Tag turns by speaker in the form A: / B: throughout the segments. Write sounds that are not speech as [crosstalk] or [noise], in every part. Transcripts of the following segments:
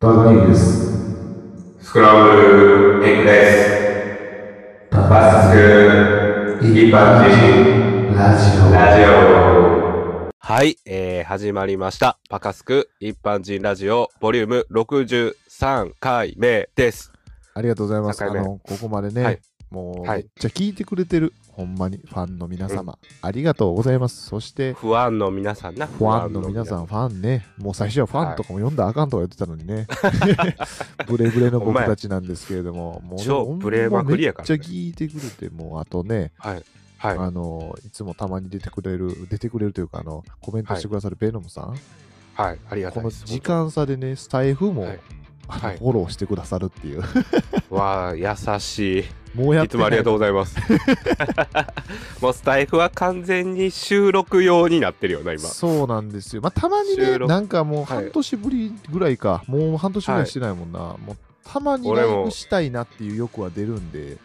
A: 高木です。
B: スクランブルエッグです。バスク一般人
A: ラジオ。
B: ラジオ。はい、えー、始まりました。パカスク一般人ラジオボリューム63回目です。
A: ありがとうございます。あ
B: 高木ね
A: の、ここまでね、
B: はい
A: もう、
B: はい
A: めっちゃ聞いてくれてる、ほんまに、ファンの皆様、ありがとうございます。そして、
B: 不安の皆さんな。
A: ファンの皆さん、ファンね、もう最初はファンとかも読んだらあかんとか言ってたのにね、 [laughs] ブレブレの僕たちなんですけれども、もう
B: 超ブレまくりやからね
A: めっちゃ聞いてくれて、もうあとね、
B: ファンの皆さん。はい。
A: あの、いつもたまに出てくれる、出てくれるというか、あの、コメントしてくださるベノムさん、
B: はい。ありがた
A: こ
B: い
A: の
B: です。
A: 時間差でね、スタイフも、
B: はい
A: あの
B: はい
A: フォローしてくださるっていう、
B: わあ、優しい。
A: もうやっ
B: い
A: て
B: つも
A: ない
B: ありがとうございます。 [laughs] もうスタイフは完全に収録用になってるよな、今。
A: そうなんですよ。まあ、たまにね、
B: 収録
A: なんかもう
B: はい
A: 半年ぶりぐらいか、もう半年ぐらいしてないもんな。もうたまにライ
B: 俺
A: ブ
B: も
A: したいなっていう欲は出るんで、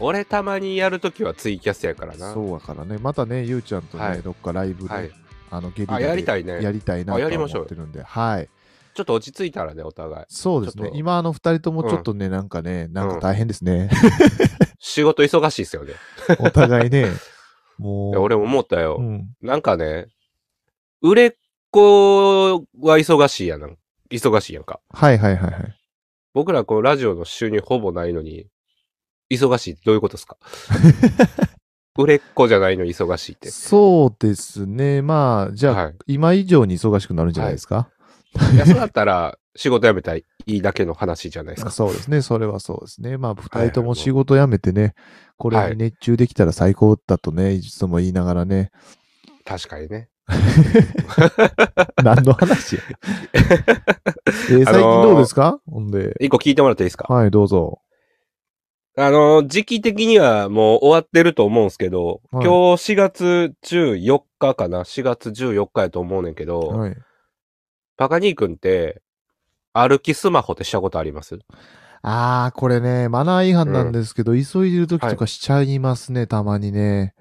B: 俺たまにやるときはツイキャスやからな。
A: そうだからね、またね、ゆうちゃんとね、
B: はい
A: どっかライブで、
B: はい。
A: あのゲリラ
B: あ、
A: で
B: やりたいね。
A: やりたいなと
B: あ
A: は
B: やりましょう
A: 思ってるんで、はい。
B: ちょっと落ち着いたらね、お互い。
A: そうです
B: ちょ
A: ね
B: っ、と
A: 今あの二人ともちょっとね、なんかね、なんか大変ですね。
B: 仕事忙しいっすよね。
A: [laughs] お互
B: [laughs]
A: いね、
B: い
A: もう。
B: や俺も思ったよ。
A: うん、
B: なんかね、売れっ子は忙しいやなん。忙しいやんか。
A: はいはいはいはい。
B: 僕らこのラジオの収入ほぼないのに、忙しいってどういうことで
A: [laughs]
B: すか売れっ子じゃないのに忙しいって。
A: そうですね、まあ、じゃあ、
B: はい。
A: 今以上に忙しくなるんじゃないですか、
B: いや、そうだったら、仕事辞めたらいいだけの話じゃないですか。
A: そうですね、それはそうですね。まあ、2
B: い
A: 人とも仕事辞めてね、これに熱中できたら最高だとね、いつも言いながら
B: [laughs]
A: ね、
B: 確かにね。
A: 何の
B: [laughs]
A: 話や。えー
B: あのー
A: 最近どうですかほんで、
B: 一個聞いてもらっていいですか
A: はい、どうぞ。
B: あの、時期的にはもう終わってると思うんですけど、
A: は
B: 今
A: い
B: 日4月14日かな ?4 月14日やと思うねんけど、
A: はい、
B: パカニー君って、歩きスマホってしたことあります
A: あー、これね、マナー違反なんですけど、急いでる時とかしちゃいますね、たまにね。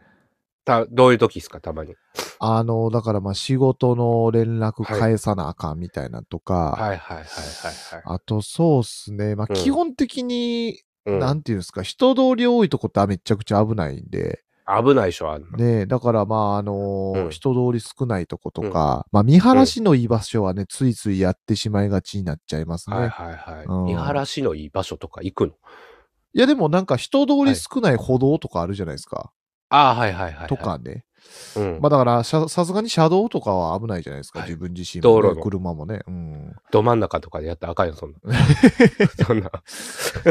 B: た、どういう時ですかたまに。
A: あの、だからまあ、仕事の連絡
B: はい
A: 返さなあかんみたいなとか、
B: はいはいはいはい
A: あと、そうっすね。まあ、
B: うん
A: 基本的に、
B: うん
A: なんていうんですか、人通り多いとこってめちゃくちゃ危ないんで、
B: 危ないでしょ、あんな。
A: ねえ、だからまあ、あのー
B: うん
A: 人通り少ないとことか、まあ、見晴らしのいい場所はね、ついついやってしまいがちになっちゃいますね。
B: はい
A: い、
B: はいはい。
A: うん
B: 見晴らしのいい場所とか行くの
A: や、でもなんか人通り少ない歩道とかあるじゃないですか。
B: ああ、はいはいはいはい。
A: と。かね。
B: うん。
A: まあ、だからしゃ、さすがに車道とかは危ないじゃないですか、
B: はい
A: 自分自身もね、
B: 道路の
A: 車もね。
B: [laughs]
A: うん。
B: ど真ん中とかでやったらあかんよ、そ
A: [laughs]
B: んな。そんな。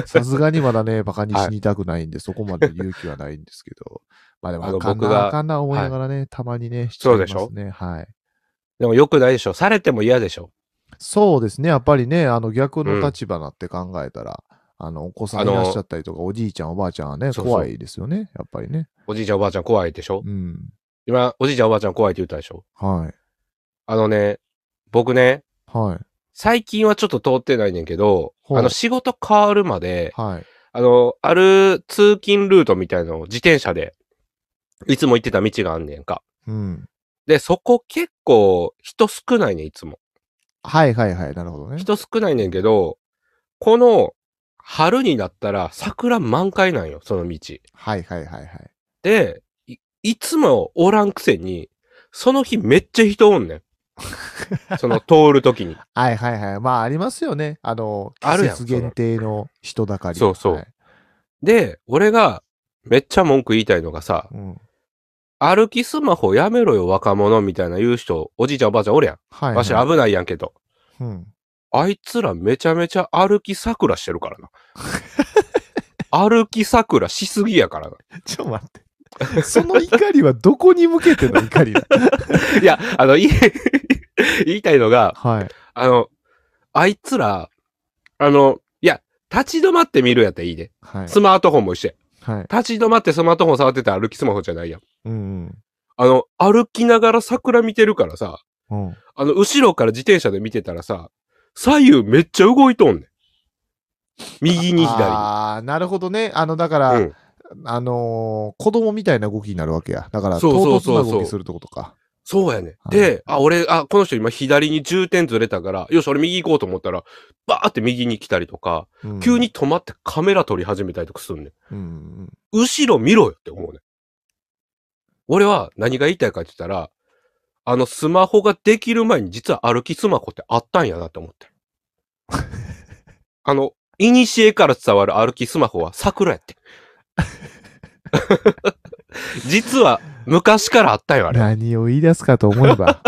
A: さすがにまだね、バカに死にたくないんで、そこまで勇気はないんですけど。まあでも、
B: あ
A: あ
B: の
A: かん
B: 僕
A: な、
B: が
A: あかんな思いながらね、たまにね、しちゃい
B: そう
A: ま
B: ですしょ
A: ね。はい。
B: [laughs] でもよくないでしょ。されても嫌でしょ。
A: そうですね、やっぱりね、あの逆
B: う
A: の
B: ん
A: 立場なって考えたら、あのお子さん
B: あ
A: い
B: の
A: らっしゃったりとか、おじいちゃん、おばあちゃんはね、
B: そうそう
A: 怖いですよね、やっぱりね。
B: おじいちゃんおばあちゃん怖いでしょ。
A: うん。
B: 今、おじいちゃんおばあちゃん怖いって言ったでしょ。
A: はい。
B: あのね、僕ね、
A: はい。
B: 最近はちょっと通ってないねんけど、
A: ほう
B: あの仕事変わるまで、
A: はい。
B: あの、ある通勤ルートみたいなのを自転車で、いつも行ってた道があんねんか。
A: うん。
B: で、そこ結構人少ないねん、いつも。
A: はいはいはい、なるほどね。
B: 人少ないねんけど、この春になったら桜満開なんよ、その道。
A: はいはいはいはい。
B: で、いいつもおらんくせに、その日めっちゃ人おんね
A: [laughs]
B: ん。その通るときに。
A: はいはいはい。まあ、ありますよね。あの、
B: あ
A: 季
B: るやん
A: 節限定の人だかり。
B: そうそう
A: はい
B: で、俺がめっちゃ文句言いたいのがさ、
A: うん。
B: 歩きスマホやめろよ若者みたいな言う人、おじいちゃんおばあちゃんおるやん。
A: はい、はい。
B: わし危ないやんけど。
A: うん。
B: あいつらめちゃめちゃ歩き桜してる
A: [laughs]
B: からな。歩き桜しすぎやからな。
A: ちょっと待って。 [laughs] その怒りはどこに向けての怒りだ
B: いや、あの、い [laughs] い言いたいのが、 [laughs]
A: はい。
B: あの、あいつら、あの、いや、立ち止まって見るやったらいいで。
A: はい。
B: スマートフォンも一緒や。
A: はい。
B: 立ち止まってスマートフォン触ってたら歩きスマホじゃないやん。
A: うん
B: あの、歩きながら桜見てるからさ、
A: うん。うん。
B: あの、後ろから自転車で見てたらさ、左右めっちゃ動いとんねん。右に左に。
A: ああ、なるほどね。あの、だから、
B: うん
A: あのー子供みたいな動きになるわけや。だから、
B: そうそう
A: 唐突
B: そうそう
A: な動きするってことか。
B: そうやね。
A: はい
B: で、あ、俺、あ、この人今左に10点ずれたから、よし、俺右行こうと思ったら、バーって右に来たりとか、
A: うん
B: 急に止まってカメラ撮り始めたりとかすんね。
A: うん
B: 後ろ見ろよって思うね。俺は何が言いたいかって言ったら、あのスマホができる前に実は歩きスマホってあったんやなって思って。
A: [laughs]
B: あの、いにしえから伝わる歩きスマホは桜やって。
A: [laughs]
B: 実は昔からあったよ、あれ。
A: 何を言い出すかと思え
B: [laughs]
A: ば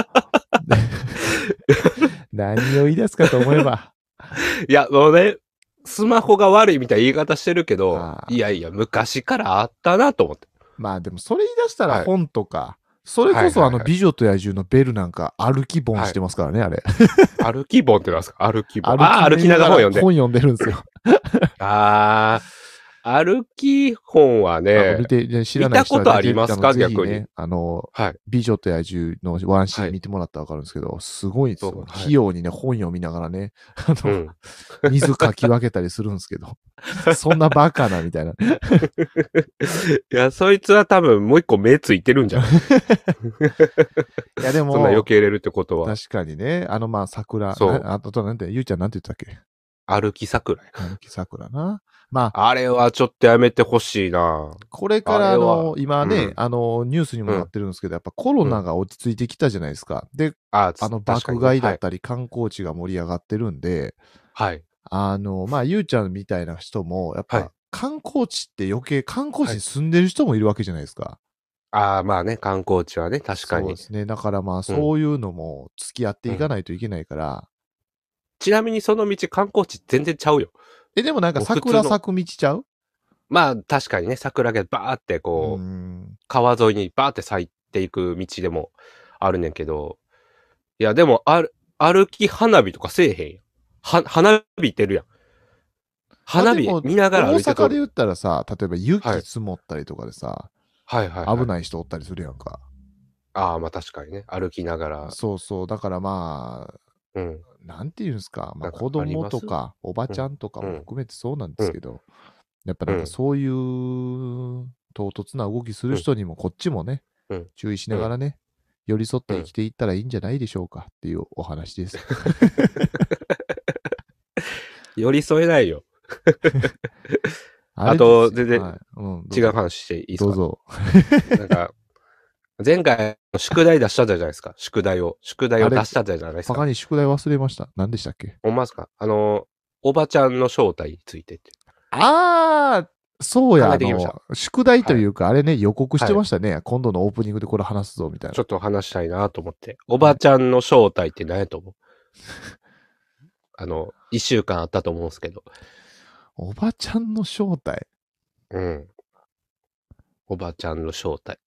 A: 何を言い出すかと思えば
B: いや、もうね、スマホが悪いみたいな言い方してるけど
A: あ、ー
B: いやいや、昔からあったなと思
A: [laughs]
B: って。
A: まあでもそれ言い出した
B: は
A: ら
B: い
A: 本とか、それこそ
B: はいは
A: あ
B: いはい
A: の美女と野獣のベルなんか歩き本してますからね、あれ。
B: 歩き本ってなんですか歩き本。ああー、歩きながら本読んで。
A: 本読んでるんですよ。
B: ああ、歩き本は
A: あの
B: ね
A: 見、て、ね知らない人は
B: 見たことありますか
A: あのぜひね
B: 逆に
A: あの、
B: はい
A: 美女と野獣のワンシー
B: はい
A: ン見てもらったらわかるんですけど、すごいんですよ。
B: そうはい
A: 器用にね、本読みながらね、あ
B: う
A: の、
B: ん、 [laughs]
A: 水かき分けたりするんですけど、そんなバカなみたいな。
B: いや、そいつは多分もう一個目ついてるんじ
A: [laughs]
B: ゃない
A: いや、で
B: そ
A: も、
B: んな余計入れるってことは。
A: 確かにね、あの、まあ、桜、
B: そう
A: なあと、あとなんて、ゆうちゃんなんて言ったっけ
B: 歩き桜や。
A: 歩き桜な。まあ、
B: あれはちょっとやめてほしいな。
A: これから、
B: あ
A: あ
B: れは
A: の、今ね、
B: うん
A: あの、ニュースにもなってるんですけど、やっぱコロナが落ち着いてきたじゃないですか。で、
B: あ
A: あの、
B: 確かに
A: 爆買いだったり、観光地が盛り上がってるんで、
B: はい。はい
A: あの、まあ、ゆうちゃんみたいな人も、やっ
B: はい
A: ぱ、観光地って余計、観光地に住んでる人もいるわけじゃないですか。
B: ああ、まあね、観光地はね、確か
A: そう
B: に
A: で。すね。だからまあ、そういうのも付き合っていかないといけないから。
B: ちなみにその道観光地全然ちゃうよ。
A: え、でもなんか
B: もう普通の
A: 桜咲く道ちゃう
B: まあ確かにね、桜がバーってこう、
A: ん。
B: 川沿いにバーって咲いていく道でもあるねんけど、いや、でも、ある歩き花火とかせえへんやん。は、花火ってるやん。花火
A: あでも
B: 見ながら
A: 大
B: 歩いて
A: 阪
B: と
A: で
B: る。
A: 言ったらさ、例えば雪
B: はい
A: 積もったりとかでさ、
B: はいはい、はい。
A: 危
B: い。
A: ない人おったりするやんか。
B: ああ、まあ確かにね。歩きながら。
A: そうそう。だからまあ、
B: うん。
A: なんていうんですか、
B: な
A: まあ、
B: んか
A: 子
B: ありま
A: 供
B: す
A: とかおばちゃんとか
B: うん
A: も含めてそうなんですけど、やっぱなん
B: うん
A: かそういう唐突な動きする人にもこっちもね、
B: うん
A: 注意しながらね、寄り添って生きていったらいいんじゃないでしょうかっていうお話
B: [laughs]
A: です。
B: 寄り添えないよ。
A: あれです
B: と全然
A: はいうん
B: 違う話していいです
A: ど
B: か
A: うぞ。
B: なんか、前回、宿題出したじゃないですか。宿題を。宿題を出したじゃないです
A: バ
B: か。
A: カに宿題忘れました。何でしたっけ
B: ほんまっすかあの、おばちゃんの正体についてって。
A: あー、そうや、
B: 考
A: あ
B: えてきました
A: の、宿題というか、あれね、予告してましたね。今度のオープニングでこれ話すぞみたいな
B: ちょ。っと話したいなと思って。おばちゃんの正体って何やと [laughs] 思うあの、一週間あったと思うんですけど。
A: おばちゃんの正体。
B: うん。おばちゃんの正体。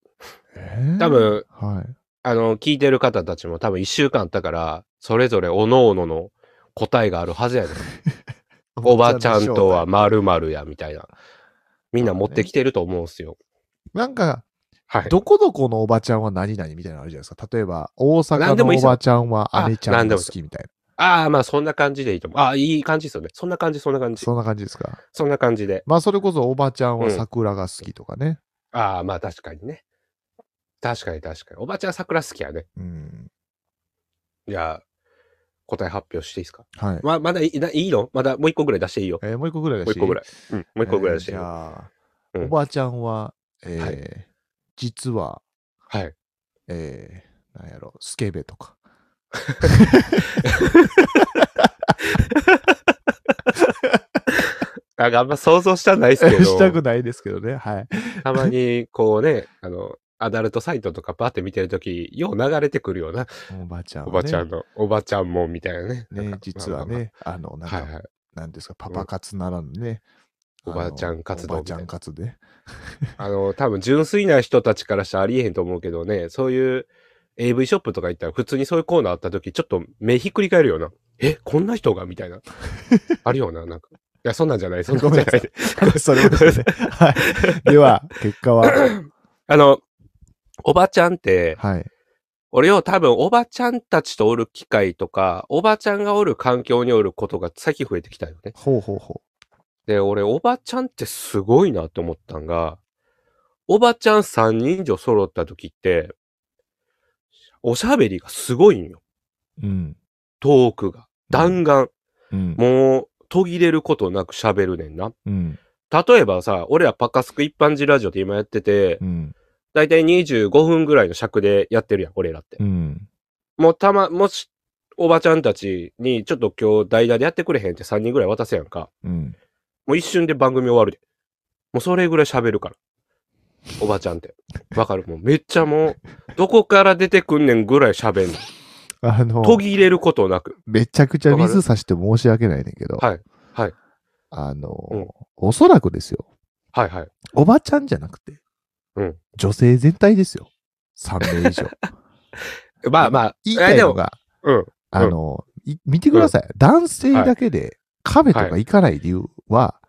A: えー
B: 多、分、
A: はい。
B: あの、聞いてる方たちも多分一週間あったから、それぞれ各々の答えがあるはずやねん。 [laughs] おばちゃんとはまるや、みたいな。みんな持ってきてると思うんすよ。
A: なんか、
B: はい。
A: どこどこのおばちゃんは何々みたいなのあるじゃないですか。例えば、大
B: なん
A: 阪
B: でもいい
A: のお
B: ですよ
A: ばちゃんは姉ちゃんが好きみたいな。
B: ああ、まあそんな感じでいいと思う。ああ、いい感じですよね。そんな感じ、そんな感じ。
A: そんな感じですか。
B: そんな感じで。
A: まあ、それこそおばちゃん
B: う
A: は
B: ん
A: 桜が好きとかね。
B: ああ、まあ確かにね。確かに確かに。おばちゃん桜好きやね。
A: うん。
B: じゃあ、答え発表していいですか
A: はい。
B: ま、まだいいないいのまだもう一個ぐらい出していいよ。
A: えーもう一個ぐらいだし。
B: もう一個ぐら
A: い。
B: い。うん、もう一個ぐらい出して
A: じ
B: いいよ。
A: ゃあ、
B: うん
A: おばちゃんは、えー
B: は
A: 実は、
B: はい。
A: えー、なんやろ、スケベとか。
B: ああんま想像 [laughs] したないですけど。
A: [laughs] したくないですけどね。はい。
B: たまに、こうね、あの、アダルトサイトとかバーって見てるとき、よう流れてくるよな。
A: おばちゃん、
B: お
A: ね。
B: ばちゃん。の、おばちゃんもんみたいなね。なん
A: ね
B: か、
A: 実は。ね、あの、
B: ま
A: なん
B: あまあまあ
A: か
B: はいはい。
A: なんですか、パパ活ならぬね。
B: おばあちゃん活動
A: おば
B: み
A: あ
B: たい
A: ち
B: な
A: ゃん活
B: [laughs]
A: で。
B: あの、多分純粋な人たちからしたらありえへんと思うけどね、そういう AV ショップとか行ったら普通にそういうコーナーあった時、ちょっと目ひっくり返るような。え、こんな人がみ [laughs] たいな。あるよな、なんか。いや、そんなんじゃない、そんなんじゃない。
A: それもですね。はい。では、結果
B: [laughs]
A: は、
B: あの、おばちゃんって、
A: はい。
B: 俺よ、多分おばちゃんたちとおる機会とか、おばちゃんがおる環境におることが最近増えてきたよね。
A: ほうほうほ
B: で、俺、おばちゃんってすごいなって思ったんが、おばちゃん3人以上揃った時って、おしゃべりがすごいんよ。
A: うん。
B: トークが。弾丸。
A: うん。
B: もう、途切れることなく喋るねんな。
A: うん。
B: 例えばさ、俺らパカスク一般人ラジオって今やってて、
A: うん。
B: だいたい25分ぐらいの尺でやってるやん、俺らって。
A: うん。
B: もうたま、もし、おばちゃんたちに、ちょっと今日代打でやってくれへんって3人ぐらい渡せやんか。
A: うん。
B: もう一瞬で番組終わるで。もうそれぐらい喋るから。おばちゃんって。わかるもうめっちゃもう、どこから出てくんねんぐらい喋んの。
A: あの、
B: 途切れることなく。
A: めちゃくちゃ水差して申し訳ないねんけど、
B: はい。はい。
A: あの、
B: うん
A: おそらくですよ、
B: はいはい。
A: おばちゃんじゃなくて、
B: うん
A: 女性全体ですよ。3名以上。
B: [laughs] まあまあ、
A: 言いたい
B: えで
A: の
B: も、
A: が、
B: うん。
A: あの、い見てください。男性だけでカフェとか行かない理由は、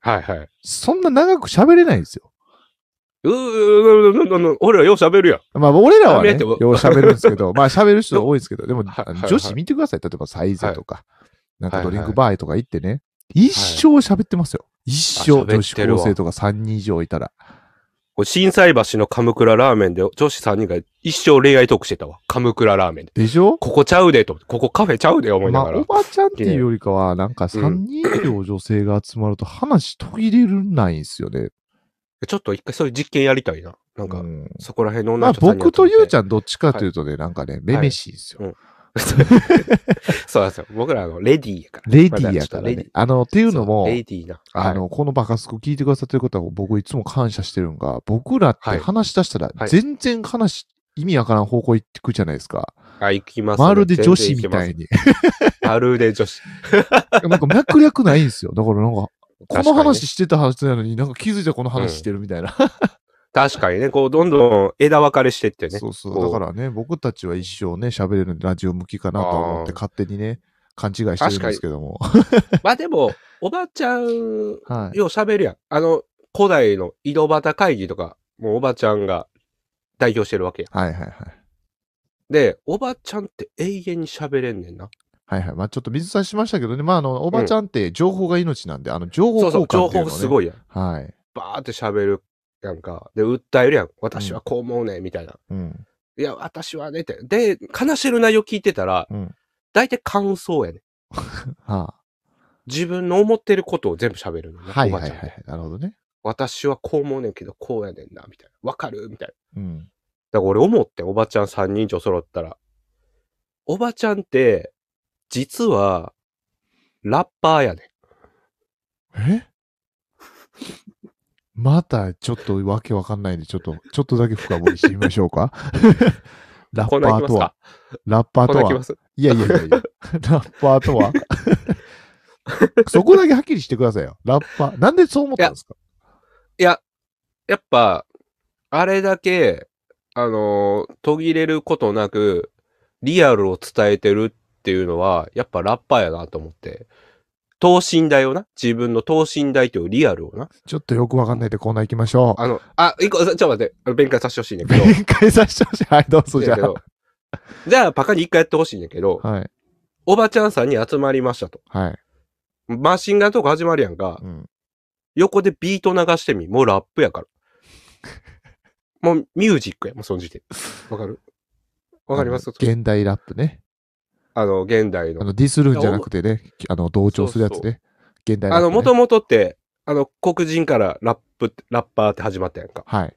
B: はいはい。
A: そんな長く喋れないんですよ。
B: うーうーうーうーうーうー俺らよう喋るやん。
A: まあ、俺らは
B: ダメ
A: ね、
B: って
A: よう
B: こ
A: 喋るんです
B: [laughs]
A: けど、まあ、喋る人多いですけど、でも、
B: はい
A: あの
B: はい
A: 女子見てください。例えば、サイゼとか、なんかドリンクバーとか行ってね、一生喋ってますよ。一生、
B: あ喋
A: 女
B: っ
A: 子
B: てるわ
A: 高生とか3人以上いたら。
B: これ震災橋のカムクララーメンで女子3人が一生恋愛トークしてたわ。カムクララーメンで。
A: でしょ
B: ここちゃうでと思って、ここカフェちゃうで思い
A: ま
B: な
A: あ、
B: が
A: お
B: ら。
A: ばちゃんっていうよりかは、なんか3人以上女性が集まると話途切れるないんですよね。
B: ちょっと一回そういう実験やりたいな。なんか
A: う、ん
B: そこら辺の女
A: まあ、
B: の人さんにや
A: 僕
B: ってみ
A: と
B: て
A: ゆうちゃんどっちかというとね、なんかね、めめしいんですよ。
B: そうなんですよ。僕らあのレディーやから。
A: レディーやから
B: まだちょっとレデ
A: ね
B: ィー。
A: あの、っていうのも
B: そ、レディーな。
A: あ
B: はい、
A: の、このバカスコ聞いてくださってる方は僕いつも感謝してるんが、僕らって話し出したら
B: はい
A: 全然話、意味わからん方向行ってくじゃないですか。
B: あ、行きます、
A: まるで女子みた
B: 全然行
A: いに。
B: きます。まるで女子。
A: なんか脈略ないんですよ。だからなんか、こ
B: [laughs] 確か
A: の
B: にね
A: 話してたはずなのに、なんか気づいたらこの話してるみたいな。
B: 確かにね、こう、どんどん枝分かれしてってね。
A: そうそ
B: こ
A: う。だからね、僕たちは一生ね、喋れるんでラジオ向きかなとは思って
B: あー
A: 勝手にね、勘違いしてるんですけども。
B: まあでも、おばちゃん、よ
A: [laughs] は
B: う
A: い。
B: 喋るやん。あの、古代の井戸端会議とか、もうおばちゃんが代表してるわけや
A: はいはいはい。
B: ん。で、おばちゃんって永遠に喋れんねんな。
A: はいはい。まあちょっと水差ししましたけどね、まああの、おばちゃんって情報が命なんで、あの、情報
B: そうそ
A: 交
B: う、情
A: 換っていうの
B: 報
A: ね。
B: すごいやん。
A: はい。
B: バーって喋るやんか。で、訴えるやん。私はこう思うねん、みたいな。
A: うん。
B: いや、私はね、って。で、話してる内容聞いてたら、
A: うん。
B: 大体感想やね。
A: はあ。
B: 自分の思ってることを全部喋るのね。
A: はい
B: お
A: は
B: ば
A: い
B: ち
A: は
B: ゃんって。
A: い。なるほどね。
B: 私はこう思うねんけど、こうやねんな、みたいな。わかるみたいな。
A: うん。
B: だから俺思ってん、おばちゃん3人以上揃ったら。おばちゃんって、実は、ラッパーやね
A: え [laughs] またちょっとわけわかんないんで、ちょっと、ちょっとだけ深掘りしてみましょうか。 [laughs] ラ
B: ん。
A: ッ
B: こん
A: パ
B: なんい
A: ー
B: きま
A: と
B: す
A: は
B: か
A: ラッパー
B: ことんなんいき
A: は
B: ます
A: いやいやいやい [laughs] や。ラッパーとは [laughs] そこだけはっきりしてくださいよ。ラッパー。なんでそう思ったんですか
B: いや、やっぱ、あれだけ、あのー途切れることなく、リアルを伝えてるっていうのは、やっぱラッパーやなと思って。等身大をな、自分の等身大というリアルをな。
A: ちょっとよくわかんないでコーナー行きましょう。
B: あの、あ、一個、ちょっと待って、あの弁解させてほしいんだけ
A: [laughs]
B: ど。
A: 弁解させてほしい。はい、どうぞじ
B: だ
A: ゃ
B: けどじゃあ、パカに一回やってほしいんだけど
A: あ。、はい。
B: おばちゃんさんに集まりましたと。
A: はい。
B: マシンガンとか始まるやんか
A: う、ん。
B: 横でビート流してみ。もうラップやから。もうミュージックや、もうその時点。わかるわかります
A: あの現代ラップね。
B: あの、現代
A: あ
B: の。
A: の、ディスるんじゃなくてね、あの、同調するやつ
B: そ
A: ね。現代ラ
B: あ
A: ップ、ね。
B: の、もともとって、あの、黒人からラップって、ラッパーって始まったやんか。
A: はい。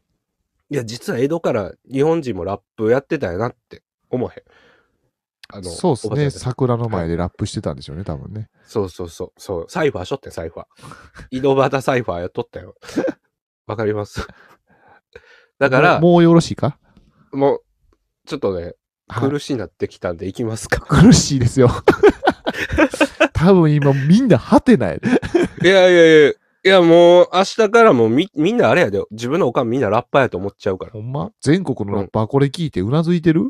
B: いや、実は江戸から日本人もラップやってたやなって思わへん。あの、
A: そうです
B: おばちゃ
A: ね。
B: んたち
A: 桜の前でラップしてたんでしょうね、多分ね。
B: そうそうそう。そう。サイファーしとってん、サイファー。 [laughs] 井戸端サイファーやっとったよ。 [laughs] わかり [laughs] ます。だから、
A: もうもうよろしいか
B: もう、ちょっとね、
A: はい
B: 苦しいなってきたんで、行きますか。
A: 苦しいですよ。 [laughs] 多分今みんなハテない。
B: [laughs] いやいやいや、いやもう、明日からもうみ、みんなあれやで、自分のおかんみんなラッパーやと思っちゃうから。
A: ほんま全国のラッパーこれ聞いてうなずいてる、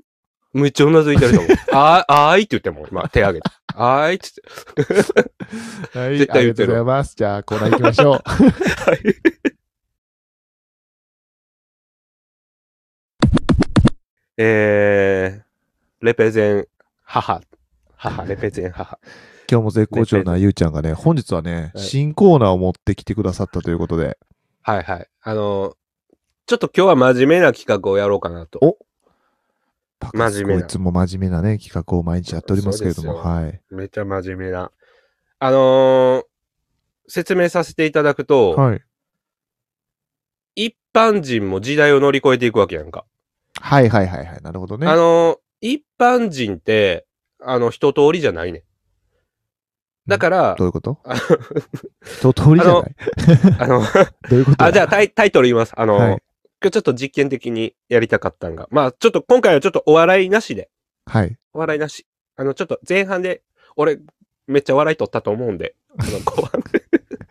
B: めっちゃうなずいて [laughs] ると思う。あー、あーいって言っても、今、手 [laughs] 挙げて。あーいって
A: はい
B: 絶対言ってる
A: ありがとうございます。じゃあコーナー行きまし
B: [laughs]
A: ょう。
B: 言って。はい。えー、レペゼン、母。母、レペゼン、母。
A: 今日も絶好調なゆうちゃんがね、本日はね、
B: はい
A: 新コーナーを持ってきてくださったということで。
B: はいはい。あのーちょっと今日は真面目な企画をやろうかなと。
A: おパク
B: 真面
A: スコ
B: 目
A: い
B: な
A: つも真面目なね、企画を毎日やっておりますけれど
B: そ
A: も、
B: うです
A: はい。
B: めちゃ真面目な。あのー説明させていただくと、
A: はい。
B: 一般人も時代を乗り越えていくわけやんか。
A: はいはいはいはい。なるほどね。
B: あのー一般人って、あの、一通りじゃないねん。だから
A: ど、ういうこと
B: あ
A: 一通りじゃない
B: あ
A: [laughs]
B: の、
A: どういうこと
B: あ、じゃあタイタイトル言います。あの、
A: はい
B: 今日ちょっと実験的にやりたかったんが。まあ、ちょっと今回はちょっとお笑いなしで、
A: はい。
B: お笑いなし。あの、ちょっと前半で、俺、めっちゃ笑い取ったと思うんで、あの後半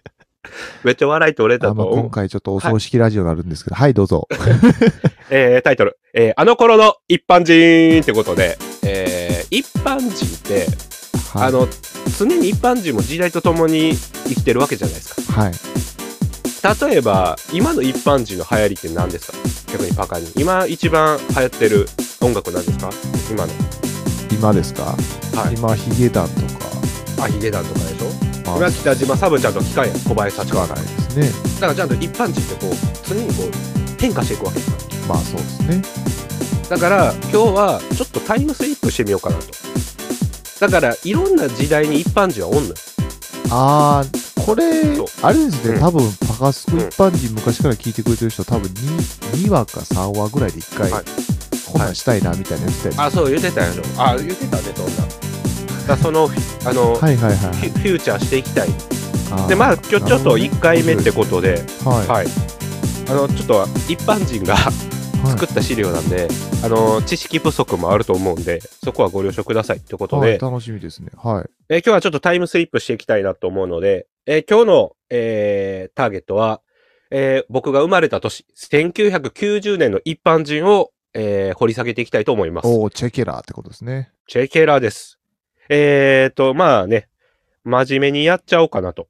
B: [laughs] めっちゃ笑い取れた
A: あま
B: と
A: あ、
B: 思
A: 今
B: う。
A: 回ちょっとお葬式ラジオになるんですけど、はい、どうぞ。
B: えータイトル、えーあの頃の一般人ってことで、えー一般人って、
A: はい
B: あ、の、常に一般人も時代とともに生きてるわけじゃないですか。
A: はい。
B: 例えば、今の一般人の流行りって何ですか逆にパカに。今一番流行ってる音楽なんですか今の。
A: 今ですか
B: はい。
A: 今、ヒゲダンとか、
B: あ、ヒゲダンとかでしょ
A: ま
B: 今北島サブちゃんと機械やん小林幸子
A: 使
B: さ
A: わ
B: ん。だ
A: な
B: か
A: いですね。
B: らちゃんと一般人ってこう、常にこう、変化していくわけですよ。
A: まあ、そうですね。
B: だから今日はちょっとタイムスリップしてみようかなと。だからいろんな時代に一般人はおんのよ。
A: あー、これ
B: そう、
A: あれですね、
B: うん
A: 多分、パカスコ一般人昔から聞いてくれてる人、多分 2, 2話か3話ぐらいで1回、
B: はい
A: こんなんしたいな、みたいなやつだよね
B: あ、そう言ってたんやろ。あ、言ってたね、そんな。だからその、あの、
A: はいはいはい
B: フ。ュフューチャーしていきたい。
A: あー
B: で、まあ今日ちょっと1回目ってことで、
A: はい。
B: はい。あの、ちょっと一般人が作った資料なんで、あの、知識不足もあると思うんで、そこはご了承くださいってこと
A: はい
B: で、
A: 楽しみですね。はい。
B: えー今日はちょっとタイムスリップしていきたいなと思うので、えー今日の、えーターゲットは、えー僕が生まれた年、1990年の一般人を、えー掘り下げていきたいと思います。
A: おーチェケラーってことですね。
B: チェケラです。えーと、まあね、真面目にやっちゃおうかなと。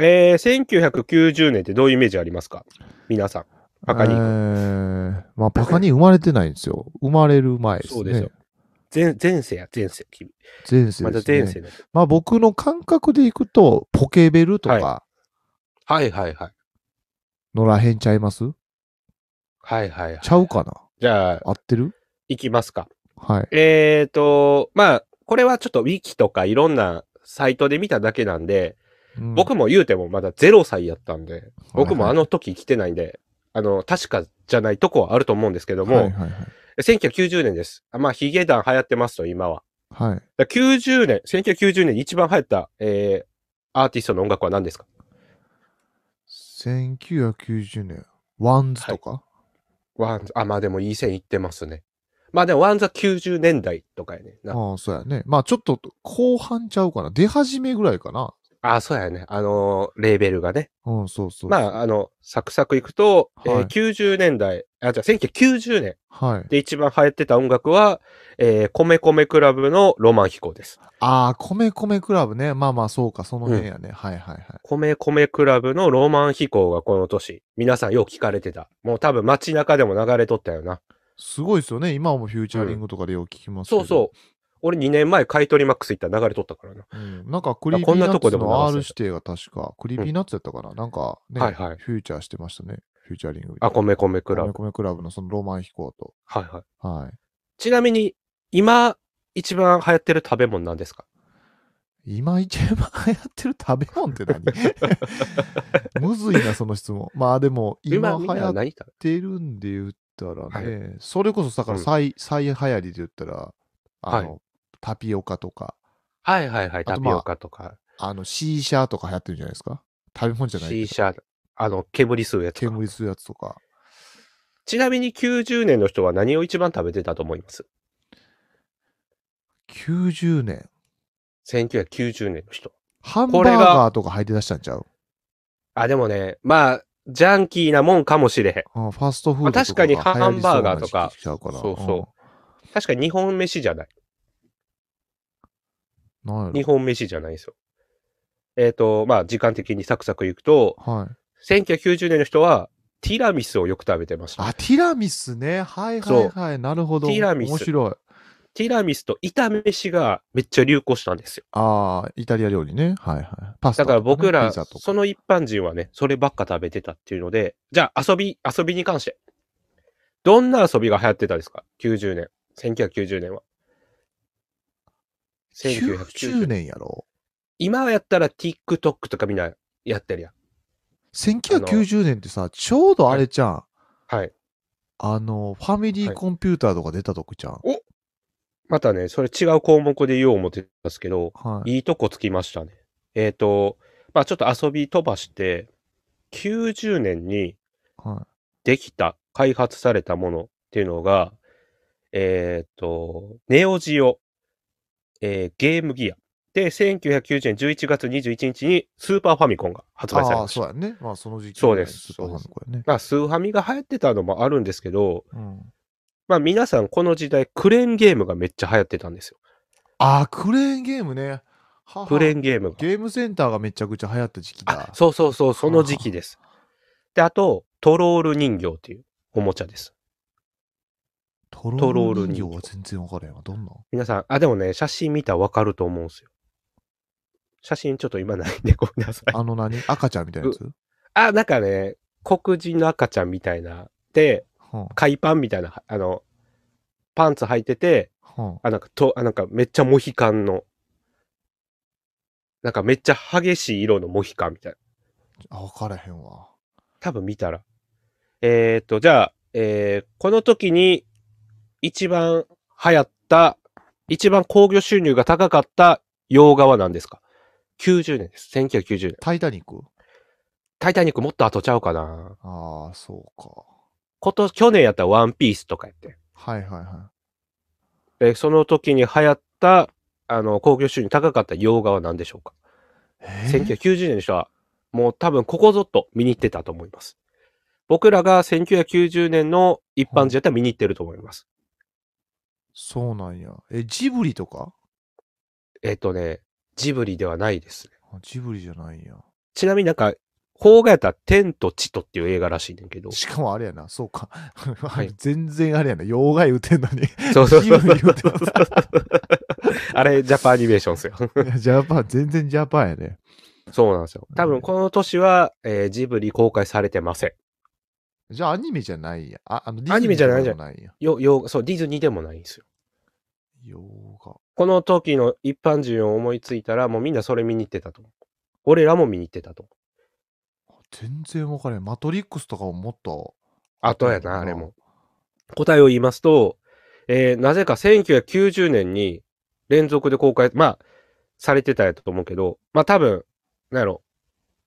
B: えー、1990年ってどういうイメージありますか皆さん。パカニ
A: えーまあ、パカに生まれてないんですよ。 [laughs] 生まれる前ですね。
B: そうですよ。前、前世や、前世、君。
A: 前世
B: ま
A: で
B: た
A: すね。
B: 前世の。
A: まあ、僕の感覚でいくと、ポケベルとか、
B: はいはいはい。
A: のらへんちゃいます、
B: はいはいはい。
A: ちゃうかな
B: じゃあ、
A: 合ってる
B: 行きますか。
A: はい。
B: えーと、まあ、これはちょっと Wiki とかいろんなサイトで見ただけなんで、
A: うん
B: 僕も言うてもまだ0歳やったんで、僕もあ
A: はい
B: の時来てないんで、あの、確かじゃないとこはあると思うんですけども、
A: はいはい
B: 1990年です。あまあ、ヒゲダン流行ってますと、今は。
A: はい。はい
B: だから90年、1990年に一番流行った、えー、アーティストの音楽は何ですか
A: 1990年、ワンズとか、
B: ワンズ、あ、まあでもいい線いってますね。まあでもワンザ90年代とかやね。な
A: ああ、そうやね。まあ、ちょっと後半ちゃうかな。出始めぐらいかな。
B: あ、そうやね。あのーレーベルがね。
A: うん、そうそう。
B: まあ、あの、サクサクいくと、えー
A: はい
B: 90年代、あ、じゃあ1990年
A: はい。
B: で一番流行ってた音楽は、えー、米米クラブのロマン飛行です。
A: ああ、米米クラブね。まあまあ、そうか、その辺やね。はいはいはい。
B: 米米クラブのロマン飛行がこの年、皆さんよく聞かれてた。もう多分街中でも流れとったよな。
A: すごいですよね。今もフューチャリングとかでよく聞きますけど、
B: そうそう。俺2年前買い取りマックス行ったら流れとったからな。
A: うん。なんか、クリーピ
B: こ
A: ー
B: ん
A: ナ
B: なと
A: ッ
B: こ
A: ツ
B: で
A: の
B: も
A: R
B: 流
A: 指
B: せ
A: 定が確か、クリーピーナッツやったかな。なんかね、
B: はいはい
A: フューチャーしてましたね。フューチャリング。
B: あ、米米クラブ
A: 米。米クラブのそのロマン飛行と。
B: はいはい。
A: は
B: ちなみに、今、一番流行ってる食べ物なんですか
A: い。今一番流行ってる食べ物って
B: [laughs]
A: 何むずいな、その質問。まあでも、今
B: 今、
A: 流
B: みん
A: 行
B: な
A: っ
B: 何食べ
A: てるんで言ったらね、それこそ、だから
B: うん
A: 最、最流行りで言ったら、あの、
B: は
A: タピオカとか、
B: はいはいはい。
A: あ
B: タ
A: と
B: ピ
A: まあ
B: オカとか、
A: あの、シーシャーとか流行ってるんじゃないですか食べ物じゃない
B: シ
A: け
B: ー
A: ど
B: シャ、あの、煙吸うやつか。
A: 煙するやつとか。
B: ちなみに90年の人は何を一番食べてたと思います
A: 90年。
B: 1990年の人。
A: ハンバ
B: こ
A: ー
B: れが
A: ガーとか入り出したんちゃう
B: あ、でもね、まあ、ジャンキーなもんかもしれへん。
A: あファストフードと
B: ま
A: か
B: あ確かに
A: が流行りそうな
B: ハンバーガーとか
A: 時期ちゃうから
B: そうそ確かに日本飯じゃない。
A: うん。なんや
B: 日本飯じゃないんですよ。えっ、と、まあ、時間的にサクサクいくと、
A: ろ。はい。
B: 1990年の人は、ティラミスをよく食べてました。
A: あ、ティラミスね。はいはいはい。なるほど。
B: ティラミス
A: 面白い。
B: ティラミスと炒め飯がめっちゃ流行したんですよ。
A: ああ、イタリア料理ね。はいはい。パス
B: だ
A: タと
B: か
A: ね、
B: ら僕ら、
A: ピザとか
B: その一般人はね、そればっか食べてたっていうので、じゃあ遊び、遊びに関して。どんな遊びが流行ってたですか ?90 年。 1990年は。
A: 90
B: 1990年。
A: 年やろ
B: 今やったら TikTok とかみんなやってるやん。
A: 1990年ってさ、ちょうどあれじゃん。
B: はい。
A: あの、ファミリーコンピューターとか出たとこじゃん。
B: またね、それ違う項目で言おう思ってたんですけど、
A: はい。
B: いいとこつきましたね。えっ、と、まあちょっと遊び飛ばして、90年に
A: は
B: できた、開発されたものっていうのが、えっ、と、ネオジオ、えーゲームギア。で、1990年11月21日にスーパーファミコンが
A: い。
B: 発売され
A: ああ、
B: まし
A: そう
B: た。
A: やね。まあ、その時期
B: そうです
A: スーパーファミコンやね。
B: まあ、スーファミが流行ってたのもあるんですけど、
A: うん。
B: まあ皆さんこの時代クレーンゲームがめっちゃ流行ってたんですよ。
A: ああ、クレーンゲームね。はは
B: クレーンゲームが。
A: ゲームセンターがめちゃくちゃ流行った時期
B: あ
A: だ。
B: そうそうそう、その時期です。で、あと、トロール人形っていうおもちゃです。
A: ト
B: トロ
A: ロ
B: ー
A: ー
B: ル
A: ル
B: 人形
A: 人形は全然わからへんわ。どんなん
B: 皆さん、あ、でもね、写真見たらわかると思うんですよ。写真ちょっと今ないんでごめんなさい。
A: あの何赤ちゃんみたいなやつ
B: あ、なんかね、黒人の赤ちゃんみたいな、で、
A: は
B: 海パンみたいな、あの、パンツ履いてて、
A: あ、は
B: あ、なんか、と、あ、なんかめっちゃモヒカンの、なんかめっちゃ激しい色のモヒカンみたいな。
A: あ、あわからへんわ。
B: 多分見たら。えー、っと、じゃあ、えーこの時に一番流行った、一番興行収入が高かった洋画は何ですか ?90 年です。1990年。
A: タイタニック
B: タイタニックもっと後ちゃうかな。
A: ああ、そうか。
B: 今年、去年やったらワンピースとかやって。
A: はいはいは
B: で、その時に流行った、あの、興行収入高かった洋画は何でしょうか、
A: い。えー
B: ?1990 年の人は、もう多分ここぞっと見に行ってたと思います。僕らが1990年の一般人やったら見に行ってると思います。
A: そうなんや。え、ジブリとか
B: えっ、とね、ジブリではないですね。
A: あジブリじゃないんや。
B: ちなみになんか、邦画やったら天と地とっていう映画らしいねんけど。
A: しかもあれやな、そうか。
B: い
A: [laughs] 全然あれやな、妖怪打てんの
B: [laughs]
A: に。
B: そうそうそう
A: ジブリ言うてます
B: あれ、ジャパンアニメーションですよ。 [laughs]
A: いやジャパン、全然ジャパンやね。
B: そうなんですよ。多分この年は、えージブリ公開されてません。
A: じゃあアニメじゃないんや。あ、あの
B: アニメじゃないじゃん
A: ん。ないんや。
B: よ、よ、そう、ディズニーでもないんですよ。
A: 妖怪。
B: この時の一般人を思いついたら、もうみんなそれ見に行ってたと思う。俺らも見に行ってたと思う。
A: 全然わからへん。マトリックスとかももっと。
B: あとやな、あれも。答えを言いますと、えーなぜか1990年に連続で公開、まあ、されてたやったと思うけど、まあ多分、なんやろ。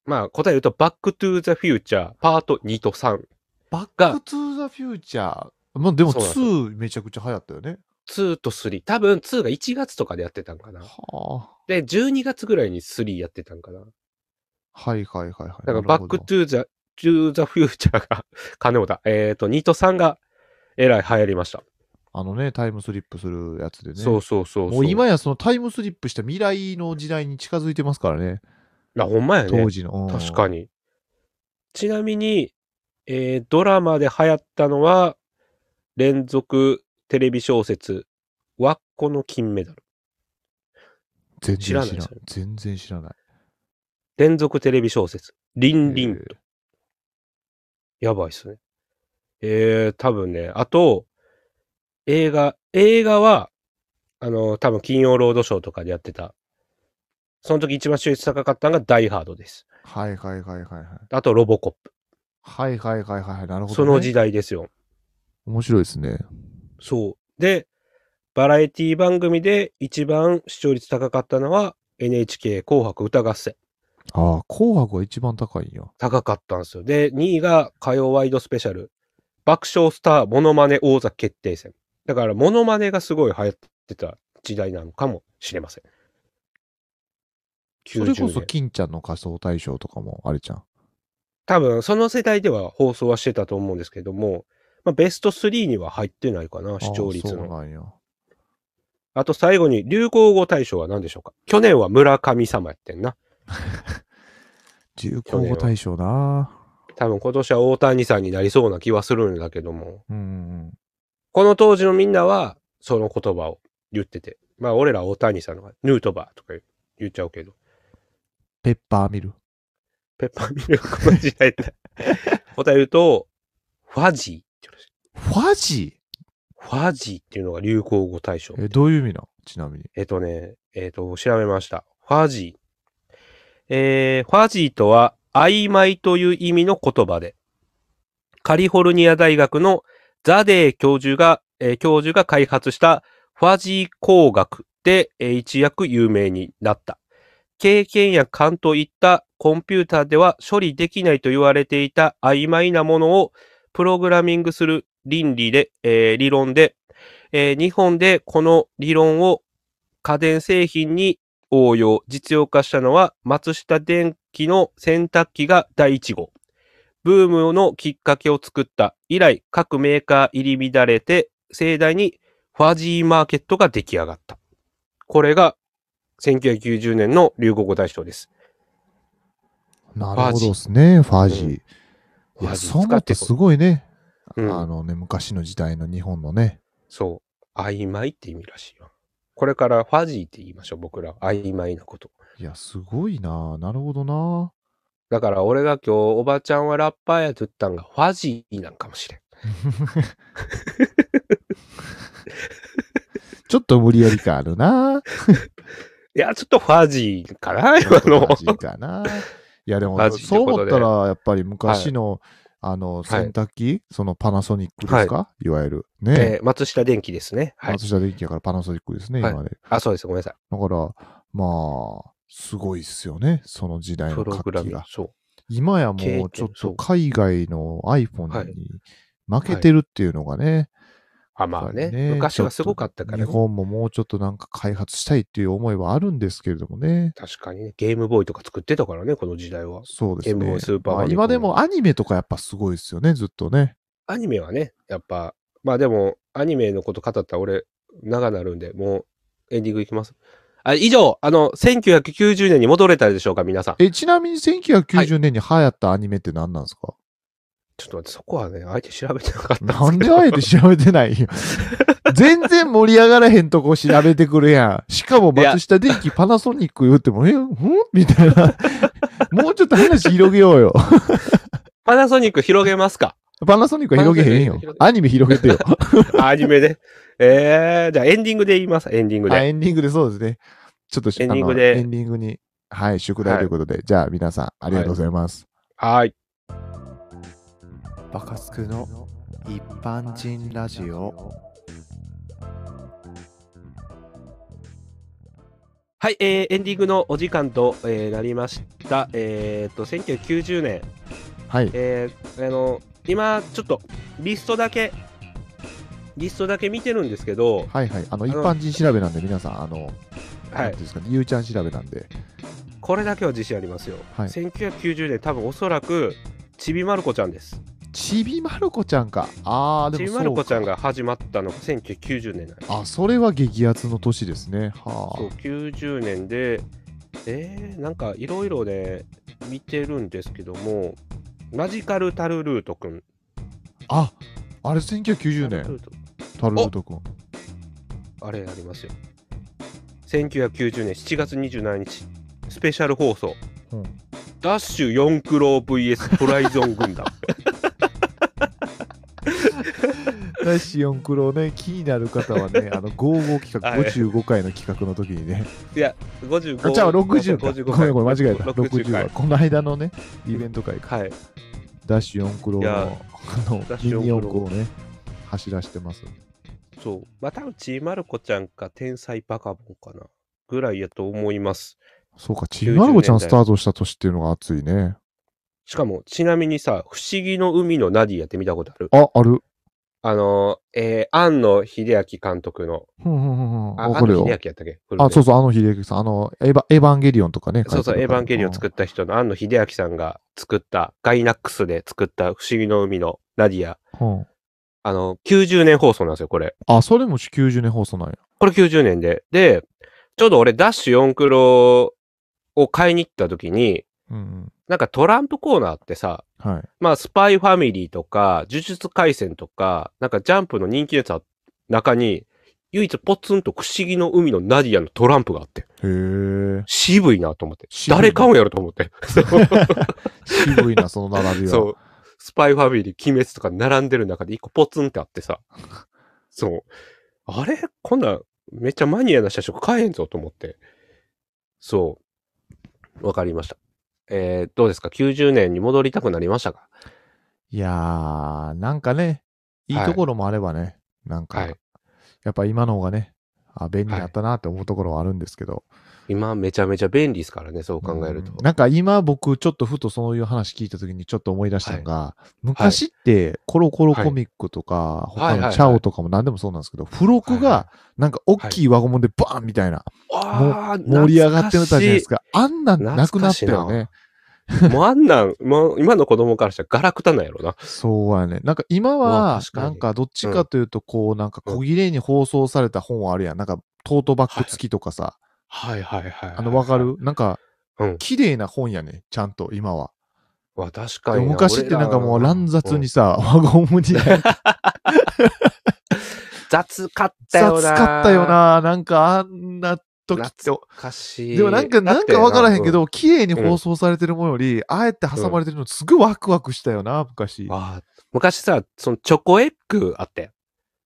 B: まあ答え言うと、バックトゥーザフューチャー、パート2と3。
A: バッ
B: が
A: クトゥーザフューチャー。まあでも
B: そうなんですよ
A: 2めちゃくちゃ流行ったよね。
B: 2と3。多分2が1月とかでやってたんかな。
A: はあ。
B: で、12月ぐらいに3やってたんかな。
A: はいはいはいはい。
B: だから
A: なる
B: バ
A: ほ
B: ッ
A: ど
B: クトゥーザ、トゥーザフューチャーが、 [laughs] 金本だ。えっ、と、2と3が、えらい流行りました。
A: あのね、タイムスリップするやつでね。
B: そうそうそうそう。
A: もう今やそのタイムスリップした未来の時代に近づいてますからね。
B: あ、ほんまやね。
A: 当時の。うん
B: 確かに。ちなみに、えードラマで流行ったのは、連続テレビ小説、わっこの金メダル。
A: 全然
B: 知
A: 知
B: ら
A: ら
B: ない
A: ない
B: ですよね。
A: 全然知らない。
B: 連続テレビ小説、リンリン。
A: えー
B: やばいっすね。えー、多分ね、あと、映画、映画は、あの、多分金曜ロードショーとかでやってた。その時一番収益高かったのがダイハードです。
A: はいはいはいはいはい。
B: あとロボコップ。
A: はいはいはいはいはい。なるほど、ね。
B: その時代ですよ。
A: 面白いですね。
B: そう。で、バラエティ番組で一番視聴率高かったのは NHK 紅白歌合戦。
A: ああ、紅白が一番高いんや。
B: 高かったんですよ。で、2位が火曜ワイドスペシャル。爆笑スターモノマネ王座決定戦。だからモノマネがすごい流行ってた時代なのかもしれません。
A: それこそ
B: 90年。
A: 金ちゃんの仮装大賞とかもあれじゃん。
B: 多分その世代では放送はしてたと思うんですけども、まあ、ベスト3には入ってないかな、視聴率
A: ああ
B: の。
A: そうなんや。
B: あと最後に流行語大賞は何でしょうか去年は村神様やってんな。
A: 重工語大賞な。
B: 多分今年は大谷さんになりそうな気はするんだけども、
A: うんうん
B: この当時のみんなはその言葉を言ってて、まあ俺ら大谷さんのがヌートバーとか言っちゃうけど、
A: ペッパーミル。
B: ペッパーミルクの時代だ。答えると、ファジーって言うらしい。
A: ファジ
B: ファジーっていうのが流行語大賞。
A: え、どういう意味なんちなみに。
B: えっとね、えっと、調べました。ファジー。えー、ファジーとは、曖昧という意味の言葉で、カリフォルニア大学のザデー教授が、えー教授が開発したファジー工学で、えー一躍有名になった。経験や勘といったコンピューターでは処理できないと言われていた曖昧なものをプログラミングする倫理で、えー理論で、えー日本でこの理論を家電製品に応用、実用化したのは松下電器の洗濯機が第1号。ブームのきっかけを作った以来、各メーカー入り乱れて、盛大にファジーマーケットが出来上がった。これが1990年の流行語大賞です。
A: なるほどですね、ファジー。
B: うん
A: い
B: ファ
A: や、
B: ジー
A: そう思
B: 使っ
A: ってて
B: そう
A: すごいね。
B: うん
A: あのね、昔の時代の日本のね。
B: そう。曖昧って意味らしいよ。これからファジーって言いましょう、僕ら。曖昧なこと。
A: いや、すごいななるほどな
B: だから俺が今日、おばちゃんはラッパーやと言ったんが、ファジーなんかもしれん。
A: ちょっと無理やり感あ
B: [laughs]
A: るない
B: や、ちょっとファジーかな、今の。
A: マジかな。いや、で
B: マ
A: も、
B: ジって
A: そう
B: こ
A: 思
B: と
A: っ
B: で
A: たら、やっぱり昔の、あの、洗濯機、そのパナソニックですか、い、わゆる。ね。
B: えー松下電器ですね。はい。
A: 松下電器やからパナソニックですね、
B: はい
A: 今で。
B: あ、そうです。ごめんなさい。
A: だから、まあ、すごいっすよね、その時代
B: プ
A: の
B: ロ
A: 活
B: グラ
A: 気
B: ミング
A: が。。
B: そう。
A: 今や
B: 経験
A: もうちょっ
B: そう
A: と海外の iPhone に負けてるっていうのがね、
B: あ、まあ
A: や
B: ね。
A: っぱり
B: 昔がすごかったから
A: ち
B: ね
A: ょっと日。本ももうちょっとなんか開発したいっていう思いはあるんですけれどもね。
B: 確かにね。ゲームボーイとか作ってたからね、この時代は。
A: そうで
B: ゲ
A: す
B: ームボー
A: ね
B: イスー。パー
A: まあ
B: ファミコン
A: 今でもアニメとかやっぱすごいですよね、ずっとね。
B: アニメはね、やっぱ。まあでも、アニメのこと語ったら俺、長なるんで、もうエンディングいきます。あ以上、あの、1990年に戻れたでしょうか、皆さん。
A: え、ちなみに1990年に流行ったアニメって何なんですか、
B: ちょっと待って、そこはね、相手調べてなかったんですけど。
A: なんであえて調べてないよ。全然盛り上がらへんとこ調べてくるやん。しかも松下電器パナソニック言っても、え、うんみたいな。もうちょっと話広げようよ。
B: パナソニック広げますか [laughs]
A: パナソニックは広げへんよ
B: パナソニック広。げ
A: アニメ広げ
B: [laughs]
A: てよ。
B: アニメで。えー、じゃあエンディングで言います、エンディングで。
A: あエンディングでそうですね。ちょっとし
B: エンディング
A: あの
B: で
A: エンディングに、はい、宿題ということで、じゃあ皆さんありがとうございます。
B: はーい。
A: バカスクの一般人ラジオ。
B: はい、えー、エンディングのお時間と、えーなりました。えー、っと、1990年、
A: はい。
B: えーあの、今、ちょっと、リストだけ、リストだけ見てるんですけど、
A: はいはい。あの、一般人調べなんで、皆さん、あの、
B: は
A: なん
B: い
A: てい、うんですかね、ゆうちゃん調べなんで、
B: これだけは自信ありますよ。
A: はい
B: 1990年、多分おそらく、ちびまる子ちゃんです。
A: ちびまる子ちゃんか。あー、
B: ち
A: で
B: び
A: も
B: ま
A: そう
B: る
A: か
B: 子ちゃんが始まったのが1990年なんです
A: あ、それは激アツの年ですね。は
B: そう90年でえー、なんかいろいろね見てるんですけどもマジカルタルルートくん
A: あ。あ、あれ1990
B: タル
A: 年、
B: ルート
A: タルルト君。
B: あれありますよ1990年7月27日スペシャル放送、
A: うん
B: ダッシュ4クロー VS ホライゾン軍
A: [laughs]
B: 団
A: 第4クロね、気になる方はね、あの、55企画、
B: はい
A: 55回の企画の時にね、
B: いや55
A: あ、じゃあ60か。
B: 55
A: ごめんごめん、間違えた。
B: 60
A: 60
B: 回
A: は。この間のね、イベント会か。
B: はい
A: ダッシュ4クロ
B: いや
A: の、あの
B: ダッ、シ
A: ミ
B: ュ
A: ニ
B: 四
A: 四
B: 駆
A: 駆をね、走らしてます。
B: そうまあ多分ちーまる子ちゃんか天才バカボンかなぐらいやと思います
A: そうか、ちびまる子ちゃんスタートした年っていうのが熱いね。
B: しかも、ちなみにさ、不思議の海のナディアって見たことある
A: あ、ある。
B: あのー、えー、庵野秀明監督の、
A: ふんふんふんふん。
B: あ、
A: わ
B: 庵
A: かる
B: 野秀
A: よ
B: 明。やったっけ
A: あ、そう
B: う。
A: そう、あの秀明さん、あの、エヴァエヴァンゲリオンとかね。
B: そうそう、エヴァンゲリオン作
A: っ
B: った人の庵野秀明さんが作った、ガイナックスで作った不思議の海のナディア。
A: た。うん
B: あの、90年放送なんですよ、これ。
A: あ、それも90年放送なんや。
B: これ90年で。で、ちょうど俺、ダッシュ4クロを買いに行った時に、
A: うんうん。
B: なんかトランプコーナーってさ、
A: はい。
B: まあ、スパイファミリーとか、呪術廻戦とか、なんかジャンプの人気のやつの中に、唯一ポツンと不思議の海のナディアのトランプがあって、
A: へ
B: [laughs]
A: え。
B: 渋いなと思って。
A: 渋い
B: 誰買うんやろと思って。
A: 渋いな、その並びは。 [laughs]
B: そう。スパイファミリー、鬼滅とか並んでる中で一個ポツンってあってさ。そう。あれこんなん、めっちゃマニアな社食買えへんぞと思って。そう。わかりました。えー、どうですか ?90 年に戻りたくなりましたか
A: いやー、なんかね、いいところもあればね、なんか、
B: はい
A: やっぱ今の方がね、あ、便利だったなって思うところはあるんですけど。
B: 今めちゃめちゃ便利ですからね、そう考えると
A: うん。なんか今僕ちょっとふとそういう話聞いた時にちょっと思い出したのが、昔ってコロコロコミックとか、
B: はいはい
A: 他
B: はいは
A: の
B: い
A: チャオとかも何でもそうなんですけど、付録
B: はいは
A: がなんか大きい輪ゴムでバーンみたいな、
B: あー
A: 盛り上がってたじゃないです
B: か
A: か。あんなんなくなったよね。
B: しい。もうあんなん、もう今の子供からしたらガラクタなんやろな。
A: そうやね。なんか今
B: まあ
A: は
B: 確、かに
A: なんかどっちかというと、こう、なんか小切れに包装された本はあるやん。なんかトートバッグ付きとかさ。
B: はいはいはい。
A: あの、わかるなんか
B: うん、
A: 綺麗な本やね。ちゃんと、今は。
B: わ、確
A: で
B: か
A: も
B: にな。
A: 昔ってなんかもう
B: 俺らは
A: 乱雑にさ、輪ゴムになんか
B: 雑かったよ
A: 雑
B: な。
A: かったよ。な。なんかあんな時って。
B: かしい。
A: でもなんか、なんかわからへんけ
B: だっ
A: ど、綺麗に包装されてるものより、ああやって挟まれてるのすごいワクワクしたよな、昔
B: てな。。あー昔さ、そのチョコエッグあって、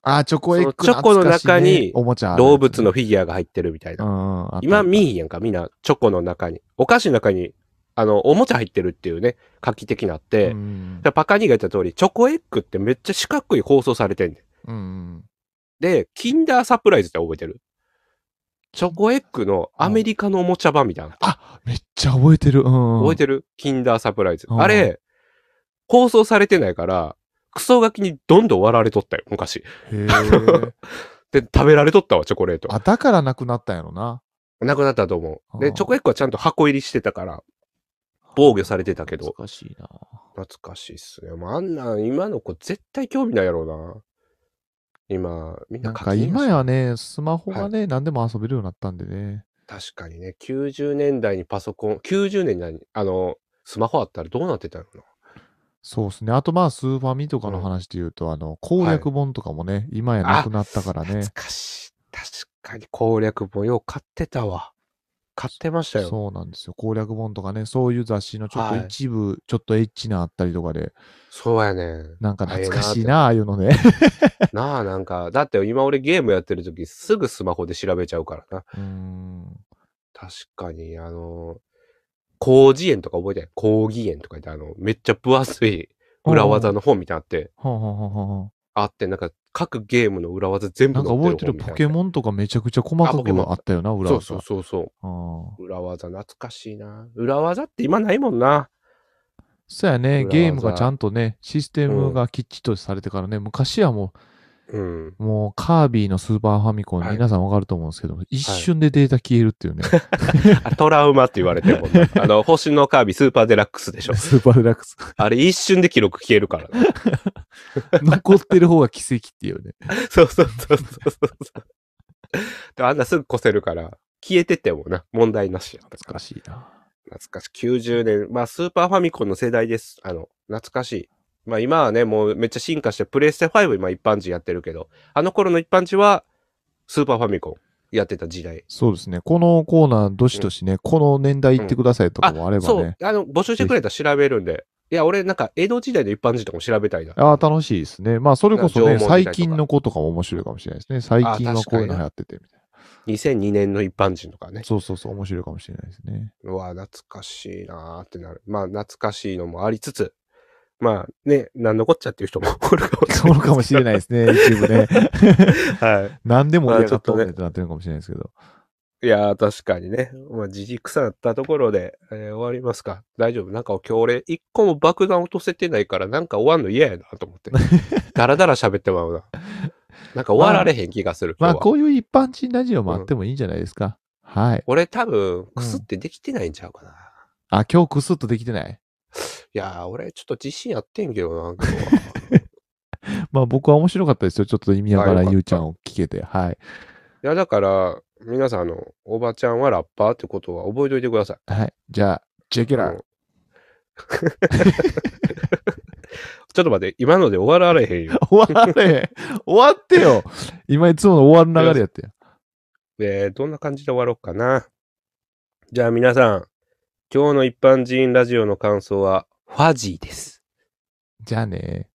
A: ああ、チョコエッグ
B: そのチョコの中に
A: 懐かしいねおもちゃあるやつね
B: 動物のフィギュアが入ってるみたいな。
A: うんうんあった
B: 今見えへんやんか、みんなチョコの中に。お菓子の中に、あの、おもちゃ入ってるっていうね、画期的なあって。
A: うん
B: でパカニが言った通り、チョコエッグってめっちゃ四角い包装されてんねん。
A: うんうん
B: で、キンダーサプライズって覚えてるチョコエッグのアメリカのおもちゃ版みたいな。
A: あ、めっちゃ覚えてる。うん。
B: 覚えてるキンダーサプライズ。
A: うん
B: あれ、放送されてないから、クソガキにどんどん笑われとったよ、昔。
A: へ [laughs] ー
B: で、食べられとったわ、チョコレート。
A: あ、だからなくなったんやろな。
B: なくなったと思う。
A: う
B: で、
A: ん
B: チョコエッグはちゃんと箱入りしてたから、防御されてたけど
A: 難しいな。
B: 懐かしいっすね。もうあんなん、今の子絶対興味ないやろうな。今、みんな
A: なん
B: 課
A: か
B: 金やし
A: 今やね、スマホがね、何でも遊べるようになったんでね。
B: 確かにね、90年代にパソコン、90年代に、あの、スマホあったらどうなってたのかな
A: そうですね。あとまあ、スーファミとかの話で言うと、あの、攻略本とかもね、今やなくなったからね
B: 懐。かしい。確かに攻略本よう買ってたわ。買ってましたよ。
A: そうなんですよ。攻略本とかね、そういう雑誌のちょっと
B: はい
A: 一部、ちょっとエッチなあったりとかで、
B: そうやねん。
A: なんか懐かしいな、ああいうのね。 [laughs]
B: なあ、なんか、だって今俺ゲームやってる時すぐスマホで調べちゃうからな。
A: うん。
B: 確かに、あの、広辞苑とか覚えてない広辞苑とか言って、あの、めっちゃ分厚い裏技の本みたいなのあって、
A: ほんほんほんほんほん。
B: あって、なんか各ゲームの裏技全部
A: なん
B: 載っ
A: か
B: てる
A: 覚えてる
B: 本みたい
A: ポ
B: な
A: ケモンとかめちゃくちゃ細か
B: あポケモン
A: くあったよな、裏
B: そう
A: 技。
B: そうそうそう。
A: うん
B: 裏技懐かしいな。裏技って今ないもんな。
A: そうやね、
B: 裏技
A: ゲームがちゃんとね、システムがきっちりとされてからね、昔はも
B: うん。
A: う、もうカービィのスーパーファミコン、
B: はい
A: 皆さんわかると思うんですけど、一瞬でデータ消える
B: [laughs]
A: っていうね、
B: あトラウマって言われてるもん [laughs] な。あの、星のカービィスーパーデラックスでしょ。
A: [laughs] スーパーデラックス。
B: あれ一瞬で記録消えるからね。
A: 残ってる方が奇跡っていうね。
B: そうそうそうそうそうそう。であんなすぐ越せるから、消えててもな、問題なしや。
A: 懐かしいな。
B: 懐かしい。90年。まあ、スーパーファミコンの世代です。あの、懐かしい。まあ、今はね、もうめっちゃ進化して、プレイステ5今一般人やってるけど、あの頃の一般人は、スーパーファミコンやってた時代。
A: そうですね、このコーナー、どしどしね、この年代行ってくださいとかもあれば
B: そう
A: ね、、
B: あの、募集してくれたら調べるんで。いや、俺なんか、江戸時代の一般人とかも調べたいな。
A: ああ、楽しいですね。まあ、それこそ
B: 縄
A: ね、
B: 文時代とか
A: 最近の子とかも面白いかもしれないですね。最近はこういうの流行っててみたい
B: 2002年の一般人とかね
A: な。。そうそうそう、面白いかもしれないですね。
B: うわ、懐かしいなーってなる。まあ、懐かしいのもありつつ、まあね、なんのこっちゃっていう人も [laughs] おるかもし
A: そうかもしれないですね、一部ね。 [laughs]
B: れない。は
A: 何でも盛り上がっとんねん
B: まあちょっとね
A: ってなってるかもしれないですけど。
B: い。いやー、確かにね。まあ、じじくさなったところで、えー終わりますか。大丈夫。なんか今日俺、一個も爆弾落とせてないから、なんか終わんの嫌やなと
A: [laughs]
B: 思って。だらだら喋ってまうな。なんか終わられへん気がする。
A: まあ、
B: 今日は
A: こういう一般人ラジオもあってもいいんじゃないですか。はい。
B: 俺多分、
A: うん
B: くすってできてないんちゃうかな。
A: あ、今日クスッとできてない
B: いやー、俺ちょっと自信あってんけどな、今日は [laughs]
A: まあ、僕は面白かったですよ。ちょっと意味わか
B: あ
A: ら
B: よか
A: ん
B: った
A: ゆうちゃんを聞けて。は
B: い
A: い。
B: や、だから、皆さん、あの、おばちゃんはラッパーってことは覚えといてください。
A: はい。じゃあ、チェケラ
B: うん [laughs] ちょっと待って、今ので終わられへんよ。
A: 終われ終わってよ今いつもの終わる流れやってよ。
B: えー、どんな感じで終わろうかな。じゃあ皆さん、今日の一般人ラジオの感想は、ファジーです。
A: じゃあね